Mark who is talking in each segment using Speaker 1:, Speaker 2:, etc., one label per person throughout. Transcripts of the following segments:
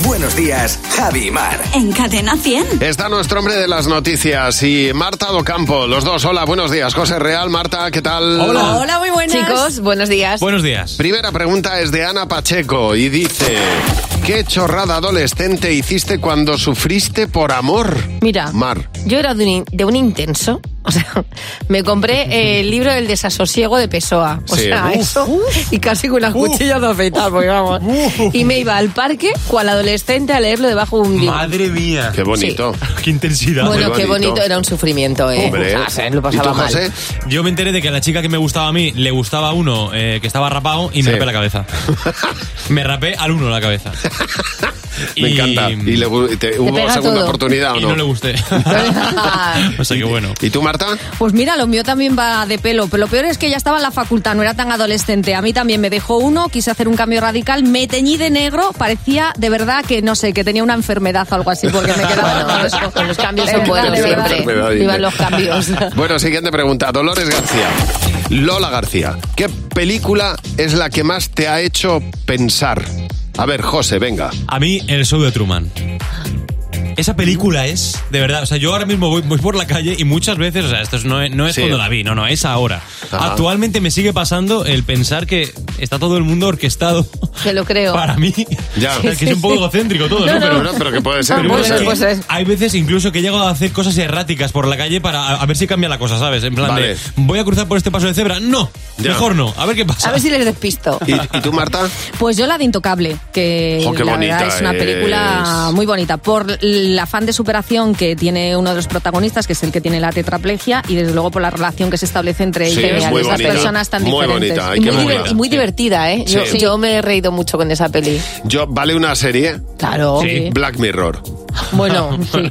Speaker 1: Buenos días, Javi y Mar.
Speaker 2: En Cadena 100.
Speaker 3: Está nuestro hombre de las noticias y Marta Docampo. Los dos, hola, buenos días. José Real, Marta, ¿qué tal?
Speaker 4: Hola. Hola, muy buenas.
Speaker 5: Ah. Chicos, buenos días.
Speaker 6: Buenos días.
Speaker 3: Primera pregunta es de Ana Pacheco y dice... ¿Qué chorrada adolescente hiciste cuando sufriste por amor?
Speaker 5: Mira,
Speaker 3: Mar.
Speaker 5: yo era de un, in- de un intenso. O sea, me compré eh, el libro del desasosiego de Pessoa. O
Speaker 3: Sí.
Speaker 5: sea,
Speaker 3: Uf,
Speaker 5: eso. y casi con las cuchillas de afeitar, porque vamos. y me iba al parque, cual adolescente, a leerlo debajo de un libro.
Speaker 6: Madre mía.
Speaker 3: Qué bonito.
Speaker 6: Qué intensidad.
Speaker 5: bueno,
Speaker 3: muy
Speaker 5: qué
Speaker 3: bonito.
Speaker 5: bonito. Era un sufrimiento, ¿eh?
Speaker 3: Hombre.
Speaker 5: O sea, lo
Speaker 3: ¿Y tú,
Speaker 5: pasaba mal.
Speaker 3: José?
Speaker 6: Yo me enteré de que a la chica que me gustaba a mí le gustaba uno eh, que estaba rapado y me
Speaker 3: Sí.
Speaker 6: rapé la cabeza. me rapé al uno la cabeza.
Speaker 3: Me
Speaker 6: Y-
Speaker 3: encanta. ¿Y le, gu- te- hubo
Speaker 5: pega
Speaker 3: segunda
Speaker 5: todo.
Speaker 3: oportunidad o
Speaker 6: Y no le gusté. o sea que bueno.
Speaker 3: ¿Y tú, Marta?
Speaker 4: Pues mira, lo mío también va de pelo, pero lo peor es que ya estaba en la facultad, no era tan adolescente. A mí también me dejó uno, quise hacer un cambio radical, me teñí de negro, parecía de verdad que no sé, que tenía una enfermedad o algo así, porque me quedaba Eh,
Speaker 5: Bueno, los,
Speaker 4: todo.
Speaker 5: con los cambios
Speaker 4: De
Speaker 5: se
Speaker 4: verdad,
Speaker 5: pueden
Speaker 4: de verdad.
Speaker 3: Enfermedad,
Speaker 5: siempre.
Speaker 3: dice.
Speaker 5: Vivan los cambios.
Speaker 3: Bueno, siguiente pregunta. Dolores García. Lola García. ¿Qué película es la que más te ha hecho pensar? A ver, José, venga.
Speaker 6: A mí, el show de Truman. Esa película es, de verdad, o sea, yo ahora mismo voy, voy por la calle y muchas veces, o sea, esto es- no es, no es
Speaker 3: Sí.
Speaker 6: cuando la vi, no, no, es ahora.
Speaker 3: Ajá.
Speaker 6: Actualmente me sigue pasando el pensar que está todo el mundo orquestado.
Speaker 5: Te lo creo.
Speaker 6: Para mí,
Speaker 3: Ya.
Speaker 6: O sea, que es un poco egocéntrico todo, ¿no? Pero-
Speaker 3: Pero, no, pero que puede ser.
Speaker 5: Ah,
Speaker 6: pero
Speaker 3: puede
Speaker 5: bueno,
Speaker 6: es
Speaker 3: ser.
Speaker 6: que
Speaker 5: pues es.
Speaker 6: Hay veces incluso que llego a hacer cosas erráticas por la calle para a, a ver si cambia la cosa, ¿sabes? En plan
Speaker 3: Vale.
Speaker 6: de, voy a cruzar por este paso de cebra. No,
Speaker 3: Ya.
Speaker 6: mejor no. A ver qué pasa.
Speaker 5: A ver si les despisto.
Speaker 3: ¿Y, y tú, Marta?
Speaker 4: Pues yo la de Intocable, que
Speaker 3: Jo, qué
Speaker 4: la verdad
Speaker 3: bonita
Speaker 4: es una película
Speaker 3: es.
Speaker 4: muy bonita, por el afán de superación que tiene uno de los protagonistas, que es el que tiene la tetraplegia, y desde luego por la relación que se establece entre
Speaker 3: Sí,
Speaker 4: ellos,
Speaker 3: es muy
Speaker 4: esas
Speaker 3: bonita.
Speaker 4: personas tan
Speaker 3: Muy
Speaker 4: diferentes.
Speaker 3: bonita, hay
Speaker 5: Y
Speaker 3: que
Speaker 5: muy,
Speaker 3: verla.
Speaker 5: diver- y muy divertida, ¿eh? Yo,
Speaker 3: Sí.
Speaker 5: yo me he reído mucho con esa peli.
Speaker 3: Yo, ¿Vale una serie?
Speaker 5: Claro.
Speaker 6: Sí.
Speaker 3: Black Mirror.
Speaker 5: Bueno, sí.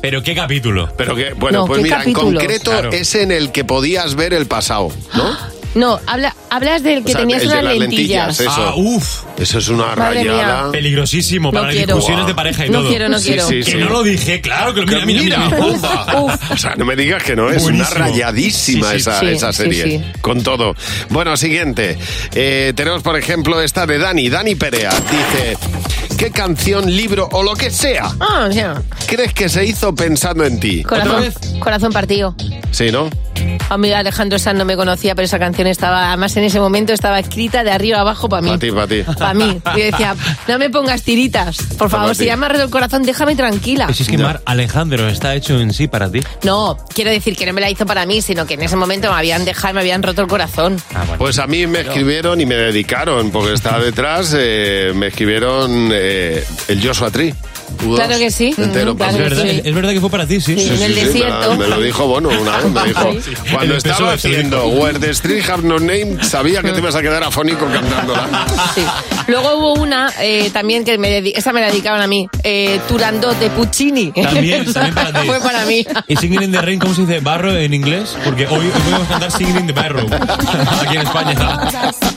Speaker 6: Pero qué capítulo.
Speaker 3: Pero que, bueno,
Speaker 5: No,
Speaker 3: pues
Speaker 5: ¿qué
Speaker 3: mira, en
Speaker 5: capítulos?
Speaker 3: concreto
Speaker 6: Claro.
Speaker 3: es en el que podías ver el pasado, ¿no?
Speaker 5: No, habla, hablas del que
Speaker 3: sea,
Speaker 5: tenías
Speaker 3: el de
Speaker 5: unas
Speaker 3: las
Speaker 5: lentillas.
Speaker 3: lentillas, ¿eh? Eso.
Speaker 6: Ah, uff.
Speaker 3: Eso es una
Speaker 5: Madre mía.
Speaker 3: rayada.
Speaker 6: Peligrosísimo
Speaker 5: No
Speaker 6: para las
Speaker 5: quiero.
Speaker 6: discusiones
Speaker 3: Guau.
Speaker 6: de pareja y
Speaker 5: No
Speaker 6: todo.
Speaker 5: quiero, no
Speaker 3: Sí,
Speaker 5: quiero.
Speaker 3: sí,
Speaker 6: Que
Speaker 3: sí.
Speaker 6: no lo dije, claro que lo
Speaker 3: Que
Speaker 6: mira, mira, mira. mira.
Speaker 3: bomba. O sea, no me digas que no, es
Speaker 6: Buenísimo.
Speaker 3: una rayadísima
Speaker 6: Sí, sí,
Speaker 3: esa,
Speaker 5: sí,
Speaker 3: esa
Speaker 5: sí,
Speaker 3: serie.
Speaker 5: sí.
Speaker 3: Con todo. Bueno, siguiente. Eh, tenemos, por ejemplo, esta de Dani, Dani Perea. Dice, ¿qué canción, libro o lo que sea
Speaker 5: Ah, o sea,
Speaker 3: crees que se hizo pensando en ti?
Speaker 5: corazón,
Speaker 6: vez?
Speaker 5: corazón partido.
Speaker 3: Sí, ¿no?
Speaker 5: A mí Alejandro Sanz no me conocía, pero esa canción estaba, además en ese momento estaba escrita de arriba abajo para mí.
Speaker 3: Pa' ti, pa' ti.
Speaker 5: Pa' mí. Y decía, no me pongas tiritas. Por favor, si
Speaker 3: ti.
Speaker 5: ya me has roto el corazón, déjame tranquila.
Speaker 6: Pues es que Mar, Alejandro está hecho en sí para ti.
Speaker 5: No, quiero decir que no me la hizo para mí, sino que en ese momento me habían dejado, me habían roto el corazón.
Speaker 6: Ah,
Speaker 3: Pues a mí me escribieron y me dedicaron, porque estaba detrás, eh, me escribieron eh, el Joshua Tree. U2,
Speaker 5: Claro que sí.
Speaker 3: Entero,
Speaker 5: Mm,
Speaker 6: Es
Speaker 5: claro
Speaker 3: pa-
Speaker 5: que
Speaker 6: verdad,
Speaker 5: sí.
Speaker 6: es verdad que fue para ti, sí.
Speaker 5: Sí. en el desierto.
Speaker 3: Me, me lo dijo Bono una vez, me dijo.
Speaker 5: Sí.
Speaker 3: Cuando
Speaker 6: El
Speaker 3: estaba
Speaker 6: PSOE se lo
Speaker 3: haciendo Where the Street Have No Name, sabía que te ibas a quedar afónico cantándola.
Speaker 5: Sí. Luego hubo una eh, también que me dedi- esa me la dedicaban a mí, eh, Turandot de Puccini.
Speaker 6: También, también para ti.
Speaker 5: Fue para mí.
Speaker 6: ¿Y Singing in the Rain cómo se dice barro en inglés? Porque hoy, hoy podemos cantar Singing in the Barrow aquí en España.